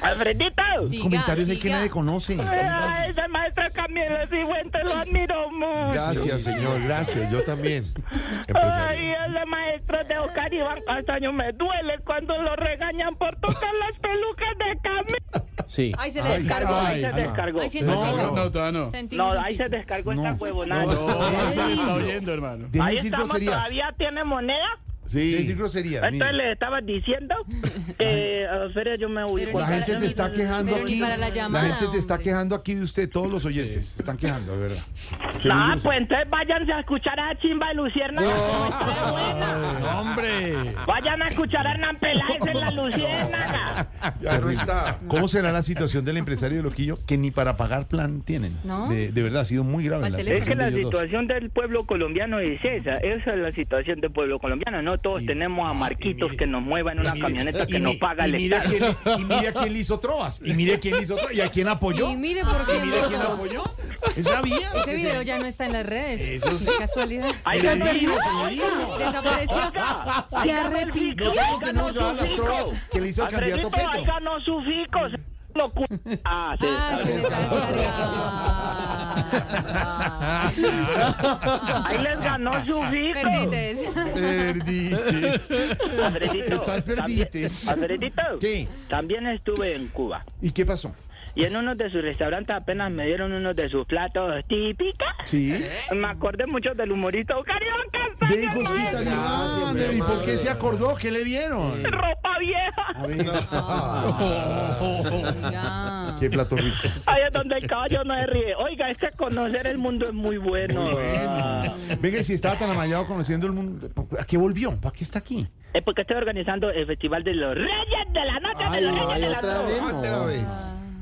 [SPEAKER 5] Alfredito.
[SPEAKER 3] Siga,
[SPEAKER 6] Comentarios ahí que
[SPEAKER 3] siga.
[SPEAKER 6] nadie conoce.
[SPEAKER 5] Ay, ese maestro Camilo Cifuentes lo admiro mucho.
[SPEAKER 1] Gracias, señor. Gracias. Yo también.
[SPEAKER 5] Ay,
[SPEAKER 1] Empresario.
[SPEAKER 5] ese maestro de Oscar Iván Castaño me duele cuando lo regañan por tocar las pelucas de Camilo.
[SPEAKER 7] Sí.
[SPEAKER 3] Ay, se le descargó.
[SPEAKER 5] Ahí se
[SPEAKER 4] Ay,
[SPEAKER 5] descargó.
[SPEAKER 3] Ay, siento
[SPEAKER 4] No,
[SPEAKER 3] un
[SPEAKER 4] no,
[SPEAKER 3] pito.
[SPEAKER 4] no, todavía no.
[SPEAKER 3] Sentí
[SPEAKER 5] No,
[SPEAKER 3] un
[SPEAKER 5] ahí se
[SPEAKER 3] pito.
[SPEAKER 5] descargó esta huevonada.
[SPEAKER 4] No, se está oyendo, hermano.
[SPEAKER 6] Deje de
[SPEAKER 5] Ahí
[SPEAKER 6] decir
[SPEAKER 5] estamos,
[SPEAKER 6] groserías.
[SPEAKER 5] todavía tiene moneda.
[SPEAKER 6] Sí. Deje de decir groserías.
[SPEAKER 5] Entonces
[SPEAKER 6] mire.
[SPEAKER 5] les estaba diciendo que a Feria yo me ubico.
[SPEAKER 3] Pero
[SPEAKER 6] La
[SPEAKER 3] ni
[SPEAKER 6] gente
[SPEAKER 3] para-
[SPEAKER 6] se está
[SPEAKER 3] ni-
[SPEAKER 6] quejando
[SPEAKER 3] pero ni
[SPEAKER 6] aquí.
[SPEAKER 3] para la llamada,
[SPEAKER 6] gente se está
[SPEAKER 3] hombre.
[SPEAKER 6] quejando aquí de usted, todos los oyentes. Se están quejando, de verdad.
[SPEAKER 5] Ah, pues entonces váyanse a escuchar a Chimba de Lucierna.
[SPEAKER 9] Hombre.
[SPEAKER 5] Vayan a escuchar a Hernán Peláez en la Lucierna.
[SPEAKER 1] Ya no está.
[SPEAKER 6] ¿Cómo será la situación del empresario de Loquillo que ni para pagar plan tienen?
[SPEAKER 3] No.
[SPEAKER 6] De, de verdad, ha sido muy grave
[SPEAKER 3] Al
[SPEAKER 6] la
[SPEAKER 3] teléfono.
[SPEAKER 5] Es que
[SPEAKER 6] situación de
[SPEAKER 5] la
[SPEAKER 6] ellos dos.
[SPEAKER 5] situación del pueblo colombiano es esa. Esa es la situación del pueblo colombiano. No todos tenemos a Marquitos que nos mueva en una camioneta que
[SPEAKER 6] ah, Y
[SPEAKER 5] nos
[SPEAKER 6] mi-
[SPEAKER 5] paga el
[SPEAKER 6] y mire,
[SPEAKER 5] Estado.
[SPEAKER 6] quién, y mire a quién le hizo trovas. Y mire a quién le hizo trovas. Y a quién apoyó.
[SPEAKER 3] Y mire por qué
[SPEAKER 6] Y mire a quién
[SPEAKER 3] votó.
[SPEAKER 6] apoyó. Esa vía.
[SPEAKER 3] Ese video ya no está en las redes.
[SPEAKER 6] Eso sí.
[SPEAKER 3] Qué casualidad.
[SPEAKER 5] Ay,
[SPEAKER 3] Se
[SPEAKER 5] sí,
[SPEAKER 3] perdió.
[SPEAKER 6] sí, sí.
[SPEAKER 3] Desapareció. Se Ah, arrepintió.
[SPEAKER 6] Nosotros tenemos grabadas las trovas que le hizo el candidato
[SPEAKER 5] Alfredito, ahí
[SPEAKER 6] Petro.
[SPEAKER 5] ganó su fico. Locura. Ah, sí,
[SPEAKER 3] Ah,
[SPEAKER 5] está
[SPEAKER 3] se
[SPEAKER 5] bien.
[SPEAKER 3] le está descargando.
[SPEAKER 5] Ahí les ganó su fico.
[SPEAKER 3] Perdites.
[SPEAKER 6] Perdite.
[SPEAKER 5] Alfredito,
[SPEAKER 6] Estás
[SPEAKER 5] también-
[SPEAKER 6] perdites.
[SPEAKER 5] Alfredito,
[SPEAKER 6] ¿Qué?
[SPEAKER 5] también estuve en Cuba.
[SPEAKER 6] ¿Y qué pasó?
[SPEAKER 5] Y en uno de sus restaurantes apenas me dieron uno de sus platos típicos.
[SPEAKER 6] Sí.
[SPEAKER 5] Me acordé mucho del humorista Oscar Iván Castaño,
[SPEAKER 6] De hijos
[SPEAKER 5] hermano.
[SPEAKER 6] italianos. ¿Y por qué se acordó? ¿Qué le dieron?
[SPEAKER 5] ropa vieja.
[SPEAKER 3] Ya.
[SPEAKER 6] Qué plato rico.
[SPEAKER 5] Ahí es donde el caballo no se ríe. Oiga, es que conocer el mundo es muy bueno. Ah.
[SPEAKER 6] Venga, y si estaba tan amallado conociendo el mundo, ¿a qué volvió? ¿Para qué está aquí?
[SPEAKER 5] Es porque estoy organizando el Festival de los Reyes de la Noche de los Reyes
[SPEAKER 7] Ay,
[SPEAKER 5] de la
[SPEAKER 7] otra
[SPEAKER 5] Noche.
[SPEAKER 7] vez. no.
[SPEAKER 1] Otra vez.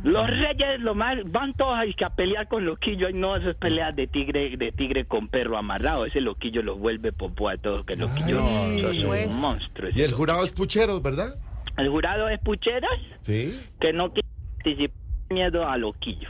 [SPEAKER 5] Los reyes lo más van todos ahí que a pelear con loquillo y no esas peleas de tigre de tigre con perro amarrado ese loquillo los vuelve popó a todos que loquillo es
[SPEAKER 3] pues.
[SPEAKER 5] un monstruo
[SPEAKER 1] Y el jurado es pucheros, ¿verdad?
[SPEAKER 5] el jurado es pucheras
[SPEAKER 1] Sí.
[SPEAKER 5] que no quiere participar miedo a loquillo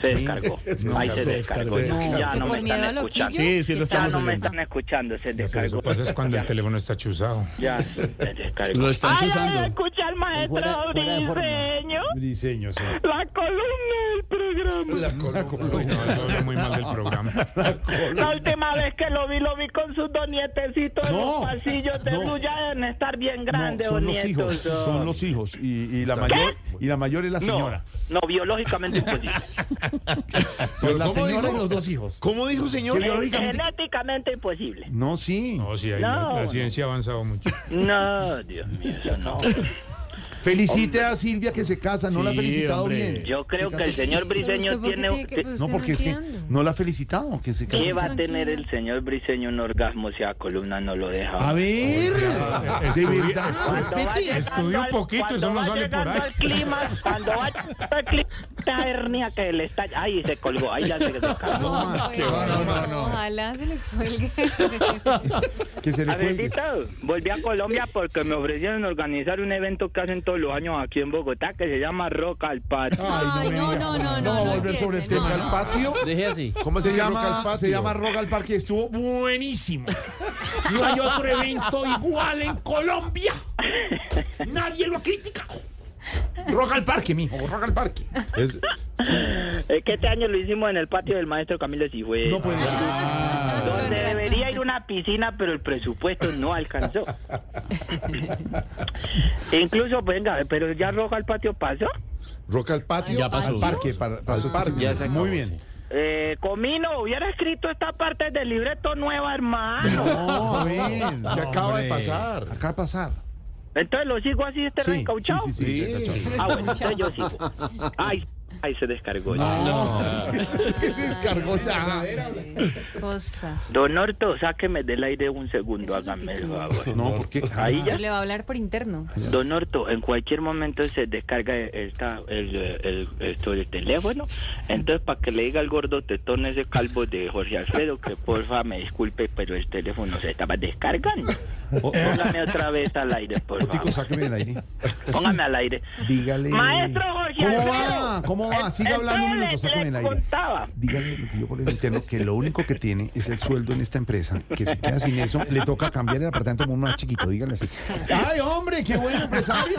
[SPEAKER 5] se descargó
[SPEAKER 1] se
[SPEAKER 5] ahí se
[SPEAKER 1] descargó,
[SPEAKER 5] descargó,
[SPEAKER 1] se descargó.
[SPEAKER 5] ya
[SPEAKER 3] ¿Que
[SPEAKER 5] no me
[SPEAKER 3] por miedo a
[SPEAKER 5] están
[SPEAKER 3] loquillo?
[SPEAKER 5] escuchando
[SPEAKER 4] Sí, sí, lo
[SPEAKER 3] ¿Qué
[SPEAKER 4] estamos
[SPEAKER 3] tal?
[SPEAKER 5] ya no me
[SPEAKER 4] oyendo.
[SPEAKER 5] están escuchando se
[SPEAKER 8] Pero eso
[SPEAKER 5] descargó
[SPEAKER 8] pasa es cuando el teléfono está chuzado.
[SPEAKER 5] ya se descargó
[SPEAKER 4] Lo están
[SPEAKER 5] Ay, ay,
[SPEAKER 4] chuzando.
[SPEAKER 5] escucha al maestro
[SPEAKER 2] Fuera- fuera de forma.
[SPEAKER 5] Briseño
[SPEAKER 7] Briseño, sí.
[SPEAKER 5] la columna del programa
[SPEAKER 1] La
[SPEAKER 8] Uy,
[SPEAKER 1] columna.
[SPEAKER 8] no, eso habla muy mal del programa.
[SPEAKER 5] La última vez que lo vi, lo vi con sus dos nietecitos en los
[SPEAKER 6] No,
[SPEAKER 5] pasillos de
[SPEAKER 6] no.
[SPEAKER 5] luz. Ya deben estar bien
[SPEAKER 6] No,
[SPEAKER 5] grandes, o
[SPEAKER 6] son los
[SPEAKER 5] nietos.
[SPEAKER 6] hijos,
[SPEAKER 5] o-
[SPEAKER 6] son los hijos. Y, y la
[SPEAKER 1] ¿Qué?
[SPEAKER 6] mayor, y la mayor es la
[SPEAKER 5] No,
[SPEAKER 6] señora.
[SPEAKER 5] no, biológicamente imposible.
[SPEAKER 6] Son la
[SPEAKER 1] ¿Cómo
[SPEAKER 6] señora
[SPEAKER 1] dijo?
[SPEAKER 6] y los dos hijos.
[SPEAKER 1] ¿Cómo dijo, señor?
[SPEAKER 6] ¿Qué Biológicamente-
[SPEAKER 5] Genéticamente imposible.
[SPEAKER 6] No, sí.
[SPEAKER 8] No, sí, ahí
[SPEAKER 5] No.
[SPEAKER 8] la, la ciencia ha avanzado mucho.
[SPEAKER 5] No, Dios mío, eso no.
[SPEAKER 6] Felicite a Silvia que se casa, no la ha
[SPEAKER 4] Sí,
[SPEAKER 6] felicitado
[SPEAKER 4] hombre.
[SPEAKER 6] bien.
[SPEAKER 5] Yo creo
[SPEAKER 6] Se
[SPEAKER 5] que el
[SPEAKER 6] casó.
[SPEAKER 5] señor Briseño
[SPEAKER 3] Pero usted, ¿por qué
[SPEAKER 5] tiene...
[SPEAKER 3] tiene que- pues,
[SPEAKER 6] No,
[SPEAKER 3] usted
[SPEAKER 6] porque es que
[SPEAKER 3] entiendo.
[SPEAKER 6] no la ha felicitado, que se casó.
[SPEAKER 5] ¿Qué va a
[SPEAKER 3] Tranquilo.
[SPEAKER 5] tener el señor Briseño un orgasmo si a columna no lo deja?
[SPEAKER 8] Ah,
[SPEAKER 6] A ver, de
[SPEAKER 8] Estudia-
[SPEAKER 6] verdad,
[SPEAKER 5] Cuando va
[SPEAKER 6] respete.
[SPEAKER 5] llegando
[SPEAKER 8] Estudió
[SPEAKER 5] al-
[SPEAKER 8] poquito,
[SPEAKER 5] cuando
[SPEAKER 8] eso no
[SPEAKER 5] va
[SPEAKER 8] sale por
[SPEAKER 5] llegando
[SPEAKER 8] ahí.
[SPEAKER 5] al clima, cuando va llegando al clima, esta hernia que le está... Ahí se colgó, ahí ya se descargó.
[SPEAKER 3] no, no, no. Ojalá se le cuelgue.
[SPEAKER 6] Que se le cuelgue.
[SPEAKER 5] Abelita, volví a Colombia porque me ofrecieron organizar un evento que hacen todos los años aquí en Bogotá que se llama Roca al Patio.
[SPEAKER 8] Ah.
[SPEAKER 3] Ay, no, no, no, no.
[SPEAKER 6] No, va a volver sobre el
[SPEAKER 3] empiece,
[SPEAKER 6] tema.
[SPEAKER 3] no,
[SPEAKER 1] ¿Al
[SPEAKER 3] no.
[SPEAKER 1] patio?
[SPEAKER 2] Deje así.
[SPEAKER 1] ¿Cómo
[SPEAKER 6] Se
[SPEAKER 1] se llama?
[SPEAKER 6] llama, se llama Rock al Parque, estuvo buenísimo. No hay otro evento igual en Colombia. Nadie lo ha criticado. Rock al Parque, mijo, Rock al Parque.
[SPEAKER 1] Es-
[SPEAKER 5] Es que este año lo hicimos en el patio del maestro Camilo Cifuentes.
[SPEAKER 6] No puede ser.
[SPEAKER 3] Con
[SPEAKER 5] Donde
[SPEAKER 3] razón.
[SPEAKER 5] debería ir una piscina, pero el presupuesto no alcanzó. E Incluso, pues, venga, pero ya Roca al Patio pasó.
[SPEAKER 1] Rock al patio.
[SPEAKER 4] Ya pasó.
[SPEAKER 6] Al parque, para, pasó
[SPEAKER 1] Al parque.
[SPEAKER 2] Ya se acabó,
[SPEAKER 6] Muy bien.
[SPEAKER 5] Eh, Comino, hubiera escrito esta parte del libreto nueva, hermano.
[SPEAKER 6] No, a ver.
[SPEAKER 1] ¿Qué acaba de
[SPEAKER 6] hombre.
[SPEAKER 1] pasar?
[SPEAKER 6] Oh, Acaba de pasar.
[SPEAKER 5] Entonces lo sigo así, este
[SPEAKER 6] Sí,
[SPEAKER 5] reencauchado.
[SPEAKER 6] sí, sí, sí,
[SPEAKER 1] Sí.
[SPEAKER 6] reencauchado.
[SPEAKER 5] Ah, bueno, entonces yo sigo. Ay, ay, se descargó. ya.
[SPEAKER 6] Se descargó ya.
[SPEAKER 3] Cosa.
[SPEAKER 5] Don Orto, sáqueme del aire un segundo, hágame el favor.
[SPEAKER 6] No, porque
[SPEAKER 5] Ahí ya.
[SPEAKER 3] Pero le va a hablar por interno.
[SPEAKER 5] Don Orto, en cualquier momento se descarga esta, el, el, esto del teléfono. Entonces, para que le diga al gordo tetón ese calvo de Jorge Alfredo, que porfa me disculpe, pero el teléfono se estaba descargando. Póngame otra vez al aire, por
[SPEAKER 6] Tico,
[SPEAKER 5] favor.
[SPEAKER 6] sáqueme del aire.
[SPEAKER 5] Póngame al aire.
[SPEAKER 6] Dígale.
[SPEAKER 5] Maestro Jorge
[SPEAKER 6] ¿Cómo
[SPEAKER 5] Alfredo.
[SPEAKER 6] va? ¿Cómo va?
[SPEAKER 5] En-
[SPEAKER 6] Siga hablando
[SPEAKER 5] entonces
[SPEAKER 6] mientras
[SPEAKER 5] le-
[SPEAKER 6] sacan el
[SPEAKER 5] le
[SPEAKER 6] aire.
[SPEAKER 5] contaba.
[SPEAKER 6] Dígale, lo que yo por el interno, que lo único que tiene es el sueldo en esta empresa, que se queda sin eso, le toca cambiar el apartamento como uno más chiquito, dígale así. ¡Ay, hombre, qué buen empresario!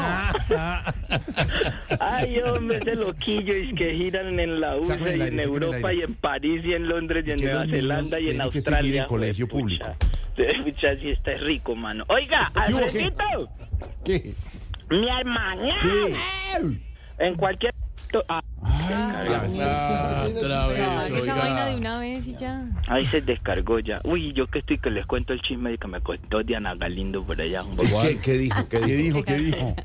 [SPEAKER 5] Ay, hombre, ese loquillo es que giran en la USA
[SPEAKER 6] Sácame el
[SPEAKER 5] y
[SPEAKER 6] aire,
[SPEAKER 5] en
[SPEAKER 6] sácame el
[SPEAKER 5] Europa
[SPEAKER 6] aire.
[SPEAKER 5] y en París y en Londres y
[SPEAKER 6] Y
[SPEAKER 5] en
[SPEAKER 6] que
[SPEAKER 5] Nueva
[SPEAKER 6] los niños
[SPEAKER 5] Zelanda y en
[SPEAKER 6] tienen que seguir
[SPEAKER 5] Australia.
[SPEAKER 6] en colegio
[SPEAKER 5] Juepucha. Juepucha, sí está rico, mano. Oiga,
[SPEAKER 6] ¿Qué hubo, qué?
[SPEAKER 5] Alfredito,
[SPEAKER 6] ¿Qué?
[SPEAKER 5] mi hermana.
[SPEAKER 6] ¿Qué?
[SPEAKER 5] En cualquier... Ah,
[SPEAKER 4] Ah, Otra
[SPEAKER 3] Pero
[SPEAKER 4] vez,
[SPEAKER 3] haga esa vaina de
[SPEAKER 4] oiga.
[SPEAKER 3] una vez y ya.
[SPEAKER 5] ahí se descargó ya. Uy, yo que estoy que les cuento el chisme que me contó Diana Galindo por allá. un poco.
[SPEAKER 1] ¿Qué, qué dijo? ¿Qué
[SPEAKER 6] ¿Qué
[SPEAKER 1] dijo?
[SPEAKER 6] dijo? ¿Qué dijo?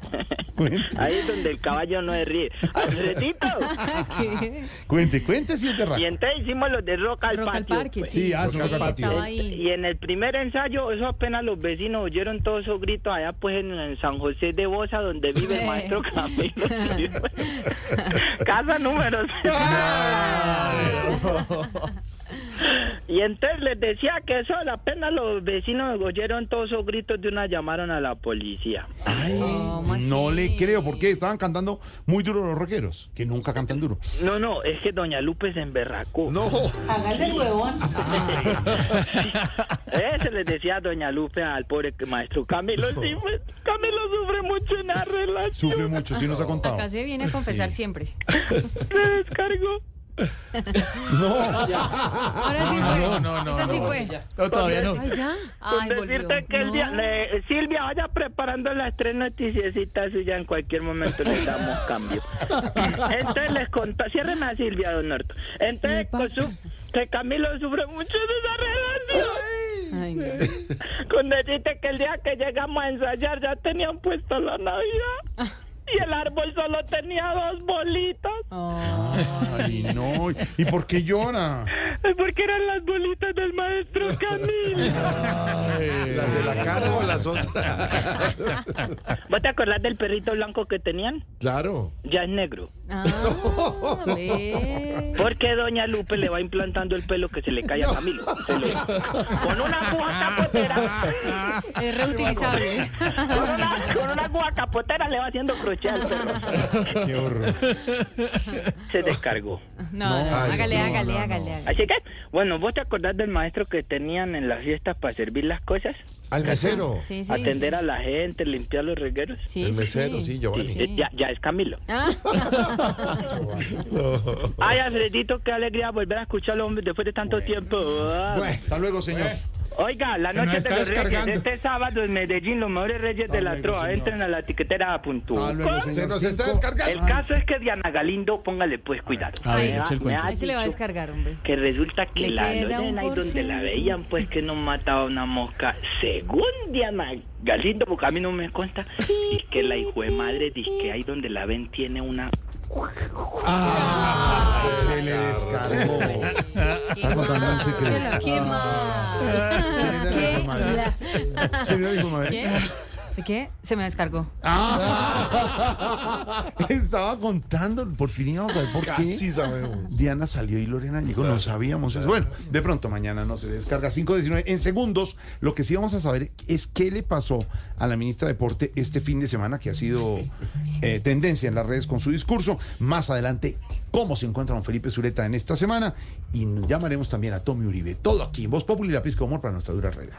[SPEAKER 6] Cuente,
[SPEAKER 5] Ahí es donde el caballo no se ríe. Alfredito.
[SPEAKER 3] ¿Qué?
[SPEAKER 6] cuente, cuente, sí, perra.
[SPEAKER 5] Y entonces hicimos los de Rock al
[SPEAKER 3] Rock al
[SPEAKER 5] Patio,
[SPEAKER 3] Parque,
[SPEAKER 5] pues.
[SPEAKER 3] sí.
[SPEAKER 6] Sí, ah,
[SPEAKER 3] sí,
[SPEAKER 6] Rock al Patio.
[SPEAKER 3] estaba ahí.
[SPEAKER 5] Y en el primer ensayo, eso apenas los vecinos oyeron todos esos gritos allá pues en, en San José de Bosa, donde vive el
[SPEAKER 3] Eh.
[SPEAKER 5] maestro Camilo. pues. Casa número seis. Y entonces les decía que eso, apenas los vecinos oyeron todos esos gritos, de una llamaron a la policía.
[SPEAKER 6] Ay,
[SPEAKER 3] ¿Cómo así?
[SPEAKER 6] no le creo, porque estaban cantando muy duro los rockeros, que nunca cantan duro.
[SPEAKER 5] No, no, es que Doña Lupe se emberracó.
[SPEAKER 1] No.
[SPEAKER 2] Hágase el huevón.
[SPEAKER 5] Eso les Eh, decía Doña Lupe al pobre maestro Camilo. sí, pues, Camilo sufre mucho en la relación.
[SPEAKER 6] Sufre mucho, sí nos ha contado.
[SPEAKER 3] Acá se viene a confesar siempre.
[SPEAKER 5] Se descargó.
[SPEAKER 3] Ahora sí fue. No, no, no. Esa sí fue.
[SPEAKER 4] No, todavía no.
[SPEAKER 3] Ay, ya.
[SPEAKER 5] Con
[SPEAKER 3] Ay,
[SPEAKER 5] decirte
[SPEAKER 3] volvió.
[SPEAKER 5] que el
[SPEAKER 3] No.
[SPEAKER 5] día, le- Silvia, vaya preparando las tres noticiecitas suyas. En cualquier momento le damos cambio. Entonces les contó, ciérreme a Silvia, don Norto. Entonces,
[SPEAKER 3] ¿Qué pasa?
[SPEAKER 5] con su- que Camilo sufre mucho de esa relación.
[SPEAKER 3] Ay, no.
[SPEAKER 5] Con decirte que el día que llegamos a ensayar ya tenían puesto la Navidad. Y el árbol solo tenía dos bolitas.
[SPEAKER 3] Oh.
[SPEAKER 6] Ay, no. ¿Y por qué llora?
[SPEAKER 5] Es porque eran las bolitas del maestro Camilo.
[SPEAKER 1] ¿Las de la cara o las otras?
[SPEAKER 5] ¿Vos te acordás del perrito blanco que tenían?
[SPEAKER 1] Claro.
[SPEAKER 5] Ya es negro.
[SPEAKER 3] Ah, ve.
[SPEAKER 5] Porque doña Lupe le va implantando el pelo que se le cae a Camilo. Se lo- Con una aguja pues, capotera.
[SPEAKER 3] Es reutilizable.
[SPEAKER 5] Con una, con una aguja capotera le va haciendo crochet al perro.
[SPEAKER 8] Qué horror.
[SPEAKER 5] Se descargó.
[SPEAKER 3] No, no,
[SPEAKER 1] ay,
[SPEAKER 3] hágale,
[SPEAKER 1] no,
[SPEAKER 3] hágale,
[SPEAKER 1] no, no.
[SPEAKER 3] hágale, hágale.
[SPEAKER 5] Así que, bueno, ¿vos te acordás del maestro que tenían en las fiestas para servir las cosas?
[SPEAKER 1] Al mesero.
[SPEAKER 3] Sí, sí.
[SPEAKER 5] Atender a la gente, limpiar los regueros.
[SPEAKER 3] Sí,
[SPEAKER 1] El
[SPEAKER 3] sí,
[SPEAKER 1] mesero, sí, Giovanni.
[SPEAKER 3] Sí.
[SPEAKER 5] Ya, ya es Camilo.
[SPEAKER 3] Ah.
[SPEAKER 1] No.
[SPEAKER 5] Ay, Alfredito, qué alegría volver a escucharlo hombre, después de tanto tiempo. Ah.
[SPEAKER 6] Bueno, hasta luego, señor.
[SPEAKER 5] Oiga, la
[SPEAKER 8] Se nos
[SPEAKER 5] noche de
[SPEAKER 8] está
[SPEAKER 5] los reyes,
[SPEAKER 8] descargando.
[SPEAKER 5] este sábado en Medellín, los mejores reyes de la
[SPEAKER 6] luego,
[SPEAKER 5] troa,
[SPEAKER 6] señor.
[SPEAKER 5] entren a la tiquetera a
[SPEAKER 6] Hasta
[SPEAKER 5] punto.
[SPEAKER 6] luego, señor.
[SPEAKER 1] Se nos
[SPEAKER 6] Cinco.
[SPEAKER 1] está descargando.
[SPEAKER 5] El caso es que Diana Galindo, póngale pues cuidado.
[SPEAKER 4] A ver,
[SPEAKER 5] Me ha-
[SPEAKER 4] echa el
[SPEAKER 5] me
[SPEAKER 4] cuento.
[SPEAKER 5] ha
[SPEAKER 3] Ahí se le va a
[SPEAKER 5] dicho
[SPEAKER 3] descargar, hombre.
[SPEAKER 5] Que resulta que
[SPEAKER 3] Le
[SPEAKER 5] la
[SPEAKER 3] queda un
[SPEAKER 5] Lorena y donde la
[SPEAKER 3] porcentaje.
[SPEAKER 5] veían, pues que no mataba una mosca, según Diana Galindo, porque a mí no me consta, y que la hijo de madre dice que ahí donde la ven tiene una.
[SPEAKER 6] Se le descargó.
[SPEAKER 3] Está
[SPEAKER 6] contando un secreto.
[SPEAKER 3] Qué mal.
[SPEAKER 6] ¿Quién era el hijo de madre? ¿Quién era el hijo de madre?
[SPEAKER 3] ¿Qué? ¿Qué? Se me descargó.
[SPEAKER 6] Ah. Estaba contando, por fin íbamos a ver por
[SPEAKER 1] Casi
[SPEAKER 6] qué.
[SPEAKER 1] sabemos.
[SPEAKER 6] Diana salió y Lorena llegó, no sabíamos eso. Bueno, de pronto mañana no se le descarga 5.19. En segundos, lo que sí vamos a saber es qué le pasó a la ministra de Deporte este fin de semana, que ha sido eh, tendencia en las redes con su discurso. Más adelante, cómo se encuentra don Felipe Zuleta en esta semana. Y llamaremos también a Tommy Uribe. Todo aquí en Voz Populi, la pizca de humor para nuestra dura regla.